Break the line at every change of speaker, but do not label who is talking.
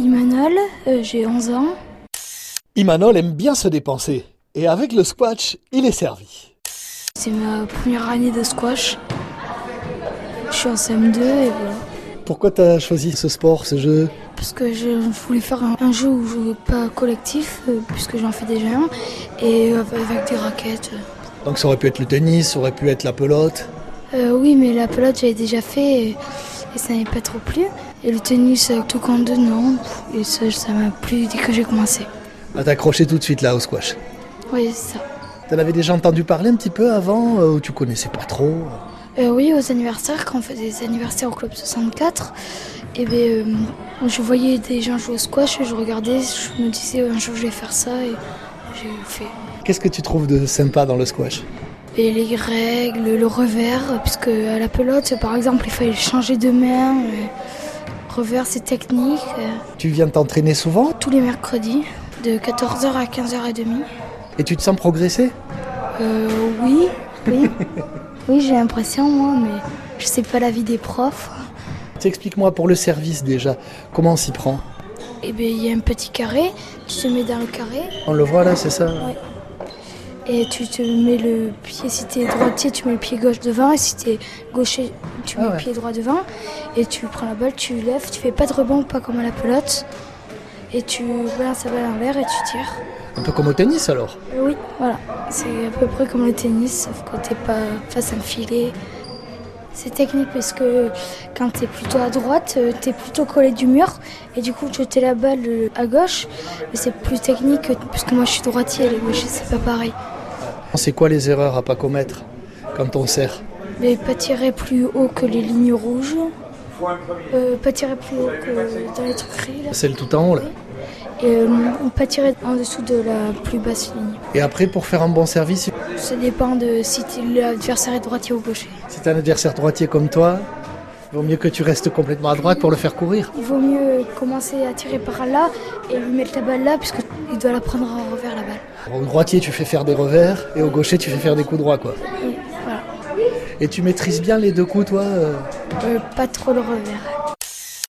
Imanol, euh, j'ai 11 ans.
Imanol aime bien se dépenser. Et avec le squash, il est servi.
C'est ma première année de squash. Je suis en CM2 et voilà.
Pourquoi t'as choisi ce sport, ce jeu
Parce que je voulais faire un, un jeu où je jouais pas collectif, euh, puisque j'en fais déjà un, et euh, avec des raquettes.
Donc ça aurait pu être le tennis, ça aurait pu être la pelote.
Euh, oui, mais la pelote j'avais déjà fait et, et ça n'avait pas trop plu. Et le tennis euh, tout compte deux, non. Et ça, ça m'a plu dès que j'ai commencé.
À t'accrocher Ah, tout de suite là au squash.
Oui, c'est ça.
T'en avais déjà entendu parler un petit peu avant, euh, ou tu connaissais pas trop euh
Euh, oui, aux anniversaires, quand on faisait des anniversaires au club 64, et ben, euh, je voyais des gens jouer au squash, je regardais, je me disais un jour je vais faire ça et j'ai fait.
Qu'est-ce que tu trouves de sympa dans le squash
Et les règles, le revers, puisque à la pelote, par exemple, il fallait changer de main. euh, revers, c'est technique. euh,
Tu viens de t'entraîner souvent
tous les mercredis, de 14h à 15h30.
et tu te sens progresser
Euh, oui, oui. oui, j'ai l'impression, moi, mais je sais pas l'avis des profs.
T'explique-moi pour le service déjà, comment on s'y prend
Et bien, Eh ben, il y a un petit carré, tu te mets dans le carré
On le voit là, c'est ça
et tu te mets le pied, si t'es droitier, tu mets le pied gauche devant, et si t'es gaucher, tu mets
Ah
le
ouais.
pied droit devant, et tu prends la balle, tu lèves, tu fais pas de rebond, pas comme à la pelote, et tu balances la balle en l'air et tu tires.
Un peu comme au tennis alors
Euh, Oui, voilà. C'est à peu près comme le tennis, sauf que t'es pas face à un filet. C'est technique parce que quand t'es plutôt à droite, euh, t'es plutôt collé du mur et du coup jeter la balle euh, à gauche, mais c'est plus technique que- parce que moi je suis droitier et les gauchers c'est pas pareil.
On sait quoi les erreurs à pas commettre quand on sert
Mais pas tirer plus haut que les lignes rouges, Euh, pas tirer plus haut que dans les trucs gris là.
Celle tout en haut là.
et euh, pas tirer en dessous de la plus basse ligne.
Et après, pour faire un bon service,
Ça dépend de si t'es- l'adversaire est droitier ou gaucher.
si t'as un adversaire droitier comme toi, il vaut mieux que tu restes complètement à droite pour le faire courir.
Il vaut mieux commencer à tirer par là et lui mettre la balle là, puisque il doit la prendre en revers la balle.
Au droitier, tu fais faire des revers, et au gaucher, tu fais faire des coups droits, quoi.
Oui, voilà.
Et tu maîtrises bien les deux coups, toi euh
Euh, pas trop le revers.